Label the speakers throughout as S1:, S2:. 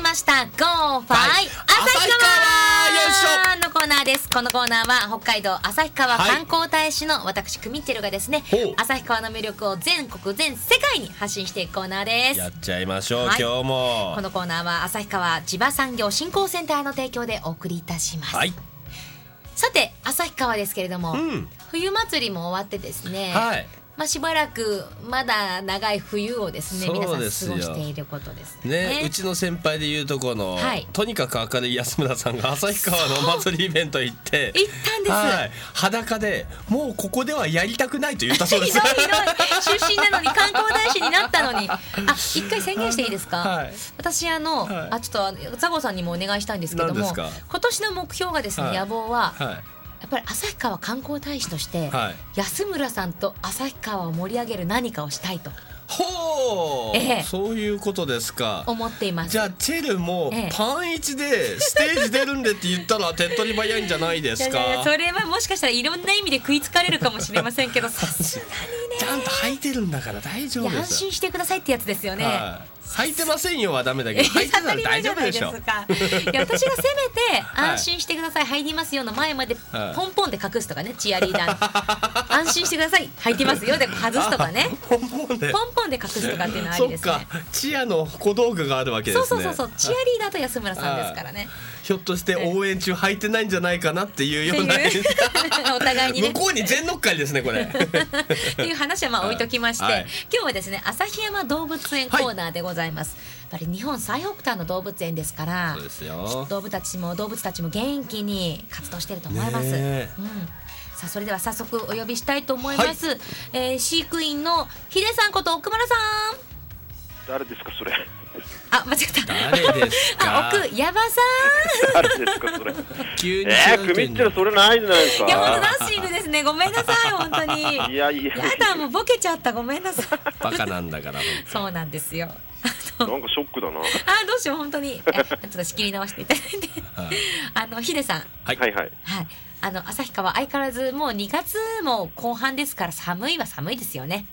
S1: ました Go ファイ
S2: はい
S1: 旭
S2: 旭
S1: 川のコーナーですこのコーナーは北海道旭川
S2: は
S1: 観
S2: い
S1: 光大使の私クミッチェルがですね
S2: ほう
S1: 旭川の魅力を全国全世界に発信していくコーナーです
S2: やっちゃいましょう、
S1: はい
S2: 今日も
S1: このコーナーは旭川地場産業振興センターの提供でお送りいたします、
S2: はい
S1: さて旭川ですけれども、
S2: うん
S1: 冬祭りも終わってですね、
S2: はい
S1: まあ、しばらくまだ長い冬をですね
S2: そう
S1: 皆さん過ご
S2: ですよ
S1: していることです
S2: ね うちの先輩でいうとこの、
S1: はい
S2: とにかく明るい安村さんが旭川のお祭りイベント行っ て
S1: 行ったんです
S2: はい、裸でもうここではやりたくないと言ったそうで
S1: ひ
S2: す
S1: どいひどい出身なのに観光大使になったの にあ一回宣言していいですか、
S2: はい
S1: 私あの、
S2: はい
S1: あちょっとあの佐合さんにもお願いしたいんですけど
S2: 何で
S1: も
S2: すか
S1: 今年の目標がですね、
S2: はい
S1: 野望は、
S2: は
S1: やっぱり旭川観光大使として、
S2: はい
S1: 安村さんと旭川を盛り上げる何かをしたいと
S2: いほう、
S1: ええ
S2: そういうことですか
S1: 思っています
S2: じゃあチェルも
S1: ええ
S2: パン一でステージ出るんでって言っ たら手っ取り早いんじゃないで
S1: いや
S2: す
S1: いやい
S2: か
S1: やそれはもしかしたらいろんな意味で食いつかれるかもしれませんけ どさすが
S2: ちゃんと履いてるんだから大丈
S1: に
S2: 夫
S1: いや
S2: で
S1: 安
S2: すよ
S1: 心してくださいってやつですよね、
S2: はい、履いてませんよはダメだけど履いて
S1: 当
S2: た
S1: た
S2: ら
S1: り前
S2: 大
S1: じ
S2: 丈
S1: ゃ
S2: 夫
S1: ない
S2: で
S1: で
S2: し
S1: す
S2: ょ
S1: か。いや私がせめて
S2: い
S1: 安心してください入りますよの前まで
S2: はい
S1: ポンポンで隠すとかねチアリーダー の安心してください入ってますよで外すとかね
S2: ポンポンで
S1: ポンポンで隠すとかっていうのはあり
S2: そ
S1: で
S2: っ
S1: すね
S2: かチアの小道具があるわけです
S1: そう
S2: ね
S1: そうそうそうチアリーダーと安村さんですからね
S2: ひょっとして応援中履いてないんじゃないかなっていうよ
S1: って
S2: う な
S1: いう お互いにね
S2: 向こうに全乗っかりです ねこれ
S1: っていう話はまあ置いときまして、
S2: はい
S1: 今日はですね旭山動物園コーナーでございます、やっぱり日本最北端の動物園ですから
S2: そうですよ
S1: 動物たちも動物たちも元気に活動していると思います、
S2: ねえ
S1: うん、さあそれでは早速お呼びしたいと思います、えー飼育員のヒデさんこと奥村さん
S3: 誰ですかそれ
S1: あ間違えた
S2: 誰です
S1: あ
S2: か
S1: 奥山さ
S3: 誰ですか それ
S2: 急に
S3: えー、クミッチェルそれないじゃないです
S1: んいや本当
S3: か
S1: ダンシングですねごめんなさい本当に
S3: いやいや
S1: やだもうボケちゃったごめんなさい
S2: バカなんだから
S1: そうなんですよ
S3: なんかショックだなは
S1: あーどうしよう本当 にえちょっと仕切り直していただいて
S2: はい
S1: あのヒデさん
S2: はい
S3: いはい
S1: はいあの旭川相変わらずもう2月も後半ですから寒いは寒いですよね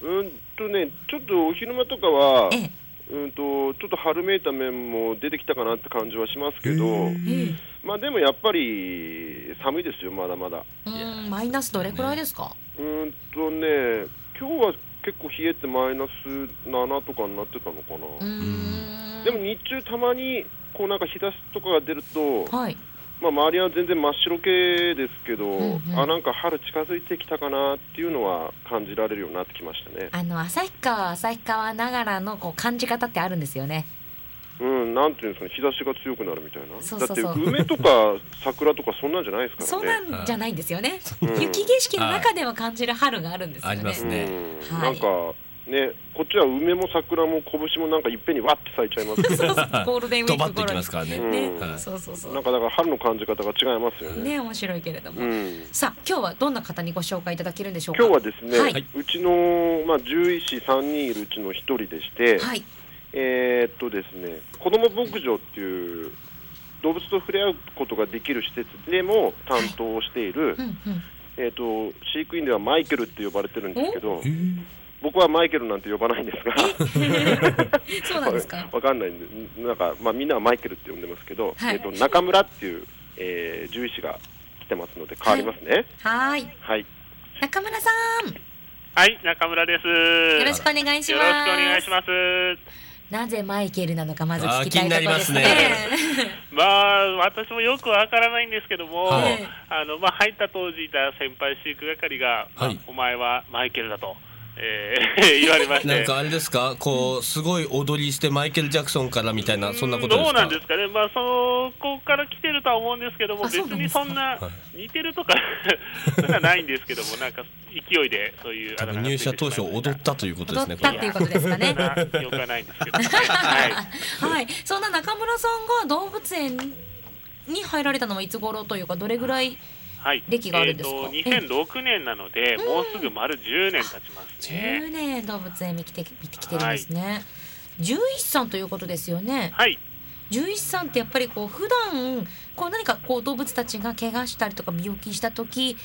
S3: うんとねちょっとお昼間とかは
S1: ええ
S3: うんとちょっと春めいた面も出てきたかなって感じはしますけど
S1: え
S3: まあでもやっぱり寒いですよまだまだ
S1: えうんマイナスどれくらいですか、
S3: うんとね今日は結構冷えてマイナス7とかになってたのか
S1: う
S3: な
S1: ーん
S3: でも日中たまにこうなんか日差しとかが出ると
S1: はい
S3: まあ、周りは全然真っ白系ですけど、
S1: うんうん
S3: あなんか春近づいてきたかなっていうのは感じられるようになってきましたね。
S1: あの旭川は旭川ながらのこう感じ方ってあるんですよね
S3: うん、なんていうんですかね、日差しが強くなるみたいな。
S1: そうそうそう
S3: だって梅とか桜とかそんなんじゃないですか
S1: そう
S3: ら
S1: な
S3: ね。
S1: んじゃないんですよね、
S3: うん
S1: 雪景色の中では感じる春があるんですよね、
S2: はいありますね
S3: う
S1: は
S3: ん、
S1: い
S3: なんかね、こっちは梅も桜も拳もなんかいっぺんにわって咲いちゃいますけど、
S1: そうそうゴールデンウィ
S2: ド
S1: ー
S2: バ
S1: ク
S2: ってい
S1: 頃
S2: き
S1: に
S2: ますからね
S3: うん
S2: は
S1: ね
S2: い
S1: そうそうそ
S3: なん
S1: う
S3: かだから春の感じ方が違いますよね。
S1: ね面白いけれども、
S3: うん
S1: さあ今日はどんな方にご紹介いただけるんでしょうか
S3: 今日はですね、
S1: はいう
S3: ちの、まあ、獣医師3人いるうちの1人でして、
S1: はい
S3: えーっとですね、子ども牧場っていう動物と触れ合うことができる施設でも担当をしている、
S1: うんうん
S3: えーっと飼育員ではマイケルって呼ばれてるんですけど
S2: えー
S3: 僕はマイケルなんて呼ばないんですが
S1: そうなんですか
S3: わかんないんでなんか、まあ、みんなはマイケルって呼んでますけど、
S1: はい
S3: えーっと中村っていう、えー獣医師が来てますので変わりますね。
S1: はーい
S3: はい、
S1: 中村さんよ
S4: はい、中村です。よ
S1: ろしくお願いし
S4: よ
S1: ます
S4: ろしくお願いします。
S1: なぜマイケルなのかまず聞きた
S2: あー気
S1: い
S2: に
S1: と
S2: な
S1: こ
S2: り
S1: ろ
S2: ま
S1: です
S2: す
S1: ね
S2: ね
S4: まあ、私もよくわからないんですけども、
S2: はい
S4: あの、まあ、入った当時いた先輩飼育係が、まあ
S2: はい
S4: お前はマイケルだと、えー 言われまして。
S2: なんかあれですかこうすごい踊りしてマイケル・ジャクソンからみたいなそんなことです
S4: ど
S2: か
S4: うなんですかね、まあ、そこから来てるとは思うんですけども、
S1: あ
S4: 別
S1: そうなんで
S4: に
S1: すか
S4: そんな
S2: は
S4: 似てるとか そんなないんですけども、なんか勢いでそういう
S2: 多分入社当初踊ったということです
S1: 踊
S2: ね
S1: った
S2: こ
S1: と
S2: れ
S1: いう
S2: は
S1: ことですか
S4: そ
S1: ね
S4: んな記憶はないんですけど、はい、
S1: はい、そんな中村さんが動物園に入られたのはいつ頃というかどれぐらい
S4: はい、
S1: 歴があるんですか
S4: えーと2006年なので、もうすぐ丸10年経ちます
S1: 10
S4: ね。
S1: 年動物園に来て見てきてるんですね、獣医師さんということですよね
S4: はい、
S1: 獣医師さんってやっぱりこう普段こう何かこう動物たちが怪我したりとか病気した時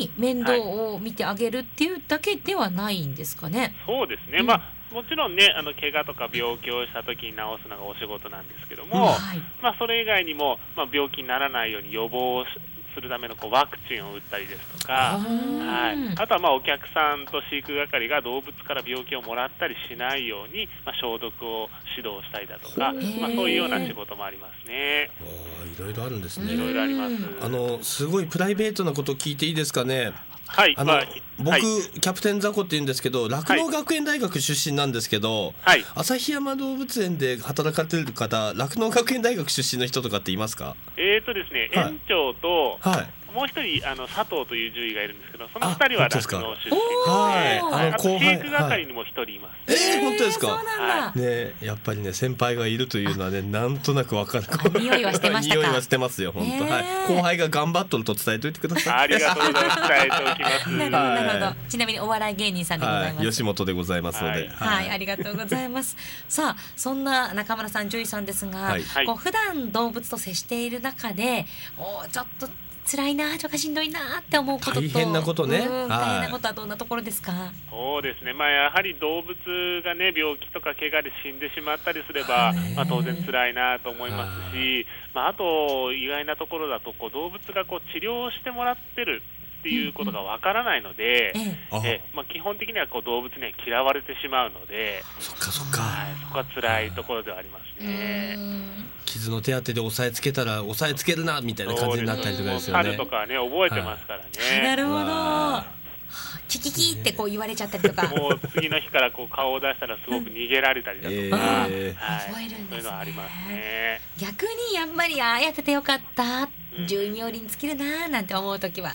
S1: に面倒を見てあげるっていうだけではないんですかね、
S4: そうですね、
S1: うん
S4: まあもちろんね、あの怪我とか病気をした時に治すのがお仕事なんですけど
S2: うん
S4: も、
S1: はい。
S4: まあ、それ以外にも、まあ、病気にならないように予防をしするためのこうワクチンを打ったりですとか、はい
S1: うん、
S4: あとはまあお客さんと飼育係が動物から病気をもらったりしないように、まあ、消毒を指導したりだとか、
S1: ほう
S4: まあ、そういうような仕事もありますね。
S2: おーいろいろあるんです
S4: いろ
S2: ね。
S4: いろあります
S1: う。
S2: あのすごいプライベートなこと聞いていいですかね。
S4: はい、
S2: あの
S4: まあ
S2: 僕、
S4: はい、
S2: キャプテンザコって言うんですけど酪農学園大学出身なんですけど、
S4: はい
S2: 旭山動物園で働かれてる方酪農学園大学出身の人とかっていますか
S4: えーとですね、
S2: はい
S4: 園長と、
S2: はい
S4: もう一人あの佐藤という獣医がいるんですけど、その
S2: あ
S4: 二人
S2: 本
S4: は
S2: 当です
S4: 酪
S2: か
S4: 農出身
S1: お
S4: で
S1: ー
S4: すね、
S1: はい
S4: はい
S2: あの
S4: あ
S2: 後
S4: と飼
S2: 輩
S4: 育係にも一人います。
S2: えー、本当です
S1: えー
S2: か
S1: そうなんだ。
S2: ねやっぱりね先輩がいるというのはねなんとなく分かる
S1: あ匂いはしてましたか
S2: 匂いはしてますよ本当、
S1: ねえ
S2: はい後輩が頑張っとると伝えといてください
S4: ありがとうございます。伝えておき
S1: なるほど、
S4: ます。
S1: なるほ
S2: は
S1: ど。ちなみにお笑い芸人さんでござい
S2: は
S1: ま
S2: い、
S1: す。
S2: 吉本でございますので、
S4: はい
S1: はい、ありがとうございます。 さあ、そんな中村さん、獣医さんですが、
S2: はい
S4: はい
S1: こう普段動物と接している中で、おーちょっと辛いな、とかしんどいなって思うことと、
S2: 大変なことね
S1: うん
S2: はい
S1: 大変なことはどんなところですか。
S4: そうですね、まあ、やはり動物が、ね、病気とか怪我で死んでしまったりすれば、まあ、当然辛いなと思いますし、まあ、あと意外なところだとこう動物がこう治療してもらってるっていうことがわからないので、
S1: ええ
S2: あ
S4: えまあ、基本的にはこう動物には嫌われてしまうので、
S2: そっかそっか
S4: はい、そこは辛いところではありますね。
S2: 傷の手当てで押さえつけたら押さえつけるなみたいな感じになったりとかですよ
S4: そうですねもう猿
S2: ね
S4: とかはね覚えてますからね。
S1: なるほど。
S2: う
S1: は
S2: わ
S1: あキキキってこう言われちゃったりとか。
S4: もう次の日からこう顔を出したらすごく逃げられたりだとか、
S2: えー
S4: はい、
S1: 覚えるんですね
S4: そういうのはありますね。
S1: 逆にやっぱりああやっててよかった
S4: うん
S1: 獣医冥利に尽きるなーなんて思う時は、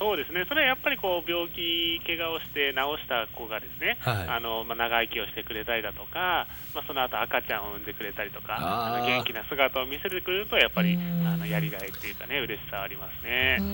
S4: そうですね、それはやっぱりこう病気、怪我をして治した子がですね、
S2: はい
S4: あのまあ、長生きをしてくれたりだとか、まあ、その後赤ちゃんを産んでくれたりとか、
S2: あー
S4: あの元気な姿を見せてくれると、やっぱり
S1: うん
S4: あのやりがいっていうかね、嬉しさはありますね。
S1: うー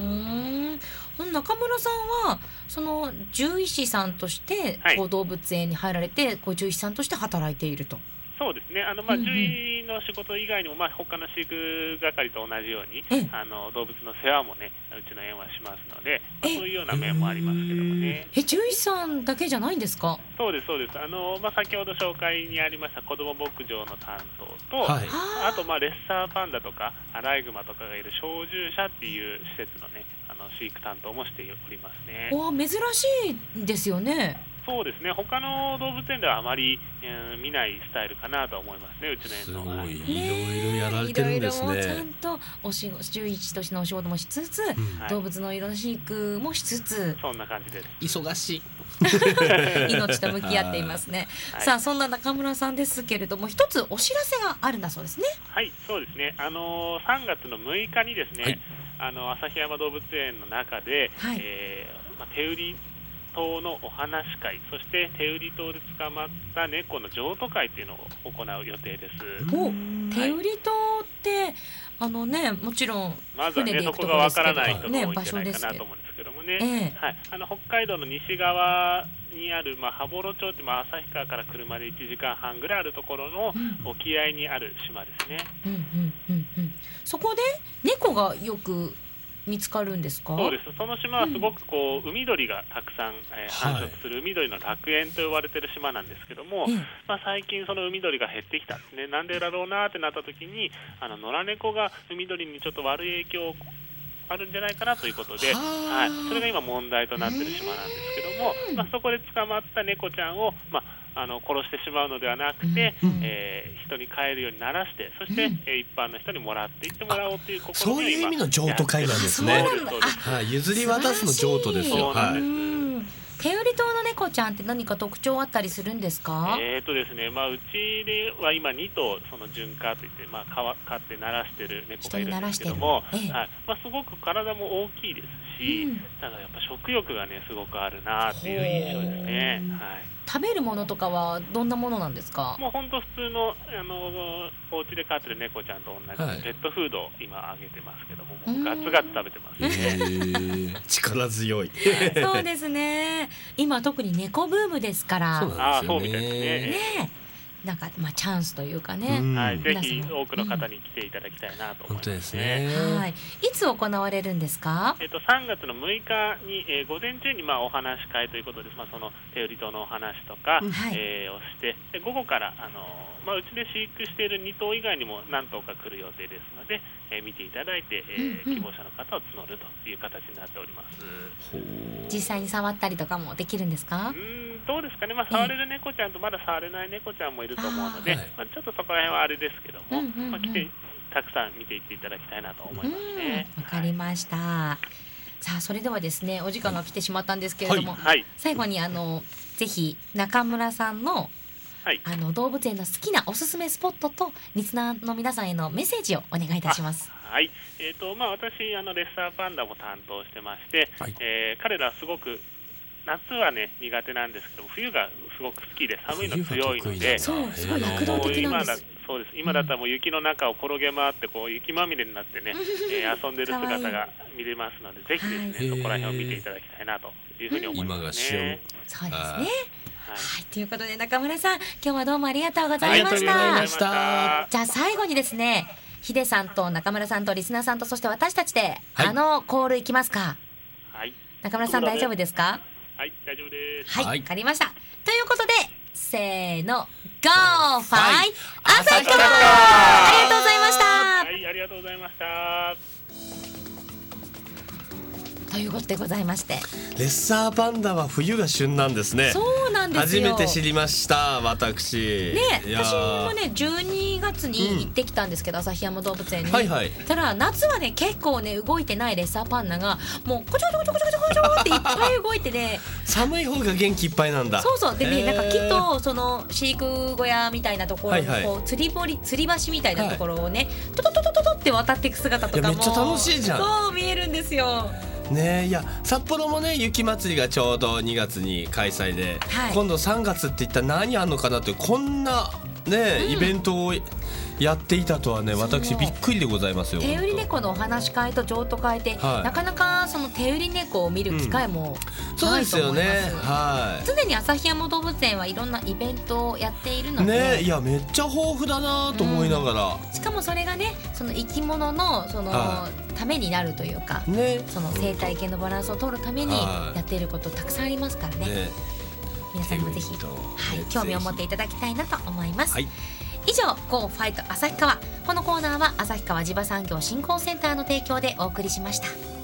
S1: んこの中村さんはその獣医師さんとして
S4: はい
S1: こう動物園に入られて、こう獣医師さんとして働いていると。
S4: そうですね、あのまあ
S1: うんうん
S4: 獣医の仕事以外にも、まあ他の飼育係と同じように
S1: ええ、
S4: あの動物の世話もね、うちの園はしますので、まあ
S1: ええ
S4: そういうような面もありますけどもね。
S1: え獣医さんだけじゃないんですか。
S4: そうですそうです。あのまあ先ほど紹介にありました子ども牧場の担当と、
S2: はい
S4: あとまあレッサーパンダとかアライグマとかがいる小獣舎っていう施設のねあの飼育担当もしておりますね。
S1: お珍しいですよね。
S4: そうですね。他の動物園ではあまり、えー見ないスタイルかなと思いますね。うち
S2: す
S4: の園の。
S2: ご
S4: はい
S2: い
S1: ねえ
S2: いろいろやられてるんです
S1: いろいろもうちゃ
S2: ね
S1: んとお仕事獣医師としてのお仕事もしつつ、
S2: うん
S4: はい
S1: 動物のいろんな飼育もしつ つ、
S4: そんな感じです。
S2: 忙しい
S1: 命と向き合っていますね。
S4: はい
S1: さあそんな中村さんですけれども一つお知らせがあるんだそうですね。
S4: はい、そうですね。あのー3月の6日にですね、
S2: はい
S4: あの旭山動物園の中で、
S1: はい
S4: えーまあ、手売り島のお話会、そして手売り島で捕まった猫の譲渡会というのを行う予定です。
S1: お手売り島ってあのねもちろん
S4: まずは
S1: 船
S4: ね、
S1: で行
S4: そ
S1: く
S4: ことが
S1: こで
S4: わ
S1: す
S4: か
S1: け
S4: ら
S1: ど
S4: ない人が
S1: ね
S4: 多いん
S1: 場
S4: じゃな
S1: 所
S4: い
S1: で
S4: か
S1: す
S4: な
S1: け
S4: と
S1: ど
S4: 思うんですけどもね、
S1: ええ
S4: はい、あの北海道の西側にある、まあ、羽幌町って、まあ、旭川から車で1時間半ぐらいあるところの
S1: うん
S4: 沖合にある島ですね。
S1: うんうんうんうんそこで猫がよく見つかるんですか
S4: そうですその島はすごくこう海鳥がたくさん、えー繁
S2: はい
S4: 殖する海鳥の楽園と呼ばれてる島なんですけども、
S1: え
S4: まあ、最近その海鳥が減ってきたんですねなんでだろうなってなった時にあの野良猫が海鳥にちょっと悪い影響をあるんじゃないかなということで、
S2: はあ
S4: はい、それが今問題となってる島なんですけども、まあ、そこで捕まった猫ちゃんを、まあ、あの殺してしまうのではなくて、
S1: うん
S4: えー人に飼えるようにならしてそして、
S1: うん
S4: えー一般の人にもらっていってもらおうという試み
S2: そう
S4: を今
S2: いう意味の譲渡会なんです
S1: あ
S2: ね
S1: そうなんだ
S4: そうです
S2: はい、譲り渡すの譲渡ですよ
S4: 素晴ら
S2: は
S4: しい
S2: い
S1: うん手売り島の猫ちゃんって何か特徴あったりするんですか、
S4: えーとですねまあ、うちでは今2頭その純化といって、まあ、飼飼って鳴らしてる猫がいるんですけども、
S1: 人に鳴らしてるええ
S4: はいまあ、すごく体も大きいですし、
S1: うん
S4: ただやっぱ食欲がねすごくあるなっていう印象ですね
S1: ほう。
S4: はい、
S1: 食べるものとかはどんなものなんですか
S4: もう本当普通のあのお家で飼ってる猫ちゃんと同じで、
S2: はい
S4: ペットフードを今あげてますけども、も
S1: うん
S4: うガツガツ食べてます
S2: え
S4: ね。
S2: ー力 強い
S1: そうですね今特に猫ブームですから
S2: そうなんですよね
S4: あーそうみたいですね
S1: ねえなんか、まあ、チャンスというか
S2: う
S1: ね。
S2: ん
S4: はい、ぜ
S1: 皆さん
S4: ひ
S1: も
S4: 多くの方に来ていただきたいなと思
S2: 本
S4: いま
S2: 当
S4: す、ね
S2: ですね。
S1: はい。いつ行われるんですか。
S4: えっと、3月の6日に、えー午前中に、まあ、お話し会ということです、まあ、その手売り島のお話とか、
S1: うんはい
S4: えーをしてで午後から、あのーまあ、うちで飼育している2頭以外にも何頭か来る予定ですので、えー見ていただいて、えー
S1: うんうん
S4: 希望者の方を募るという形になっております。
S2: ほう
S1: 実際に触ったりとかもできるんですか
S4: う。ーんどうですかね、まあ、触れる猫ちゃんとまだ触れない猫ちゃんもいると思うので、
S2: あーはい
S4: まあ、ちょっとそこら辺はあれですけども、
S1: うんうんうん
S4: まあ、来てたくさん見ていっていただきたいなと思
S1: う
S4: い
S1: ん
S4: ますね。、
S1: わかりました。さあ、それではですね、お時間が来てしまったんですけれども、
S2: は
S4: はい、
S1: 最後にあのぜひ中村さんの
S4: はい
S1: あの動物園の好きなおすすめスポットとリスナーの皆さんへのメッセージをお願いいたします。
S4: はい、えーとまあ、私あの、レッサーパンダも担当してまして、
S2: はい
S4: えー彼らすごく夏は、ね、苦手なんですけど冬がすごく好きで寒いの強いので。
S1: そう
S2: へえ
S1: すごい躍動
S4: もう
S1: 的な
S4: 今
S1: んで
S4: だ
S1: す
S4: そうです今だったらもう雪の中を転げ回ってこう雪まみれになってね、えー遊んでる姿が見れますのでぜひですね、
S2: はい
S4: そこら辺を見ていただきたいなというふうに思い
S2: 今
S4: ま
S2: が
S4: す
S2: 旬。
S4: ね。
S1: そうですね。
S2: あー
S4: は
S1: は
S4: い
S1: い、ということで中村さん、今日はどうもありがとうござ
S2: あ
S1: い
S2: り
S1: ま
S2: がとう
S1: し
S2: ござい
S1: た
S2: ま。した。
S1: じゃあ最後にですね、ヒデさんと中村さんとリスナーさんとそして私たちで、
S2: はい
S1: あのコールいきますか。
S4: はい、
S1: 中村さん大丈夫ですか。
S4: はい、大丈夫です。
S1: はい、わ、
S2: はい
S1: かりました。ということで、せーの、ゴーファイ朝日
S2: 旭
S1: 川
S2: 川
S1: ありがとうございました、
S4: はい、ありがとうございました。
S1: ということでございまして、
S2: レッサーパンダは冬が旬なんですね。
S1: そうなんです
S2: 初
S1: よ。
S2: めて知りました私。
S1: ね、
S2: いや
S1: 私
S2: ー
S1: も。ね12月に行ってきたんですけど、旭山動物園に、
S2: はいはい
S1: そしたら夏はね結構ね動いてないレッサーパンダがもうこちょこちょこちょこちょこちょこちょっていっぱい動いてね
S2: 寒い方が元気いっぱいなんだ。
S1: そうそうでね
S2: へー
S1: なんかきっとその飼育小屋みたいなところに
S2: はいはい
S1: こう釣り堀釣り橋みたいなところをね、トトトトトトって渡っていく姿とかも
S2: いやめっちゃ楽しいじゃん
S1: そう見えるんですよ
S2: ねいや札幌もね雪まつりがちょうど2月に開催で、
S1: はい
S2: 今度3月っていったら何あんのかなってこんなね、イベントをやっていたとはね私
S1: そう
S2: びっくりでございますよ。
S1: 手売り猫のお話し会と譲渡会で、
S2: はい
S1: なかなかその手売り猫を見る機会も
S2: そう
S1: な
S2: で
S1: い
S2: す
S1: と思い
S2: よ
S1: ます、
S2: ね。は
S1: 常に旭山動物園はいろんなイベントをやっている
S2: い。
S1: ので、
S2: ねいやめっちゃ豊富だなと思いながら、
S1: しかもそれがねその生き物のその、
S2: は
S1: ためになるというか
S2: ね。
S1: その生態系のバランスを取るために
S2: はい
S1: やっていることたくさんありますからね、
S2: ね
S1: 皆さんにもぜひ、
S2: 手売りと
S1: はい
S2: ね、
S1: 興味を
S2: ぜひ
S1: 持っていただきたいなと思います。
S2: はい
S1: 以上「GO! ファイト旭川」このコーナーは旭川地場産業振興センターの提供でお送りしました。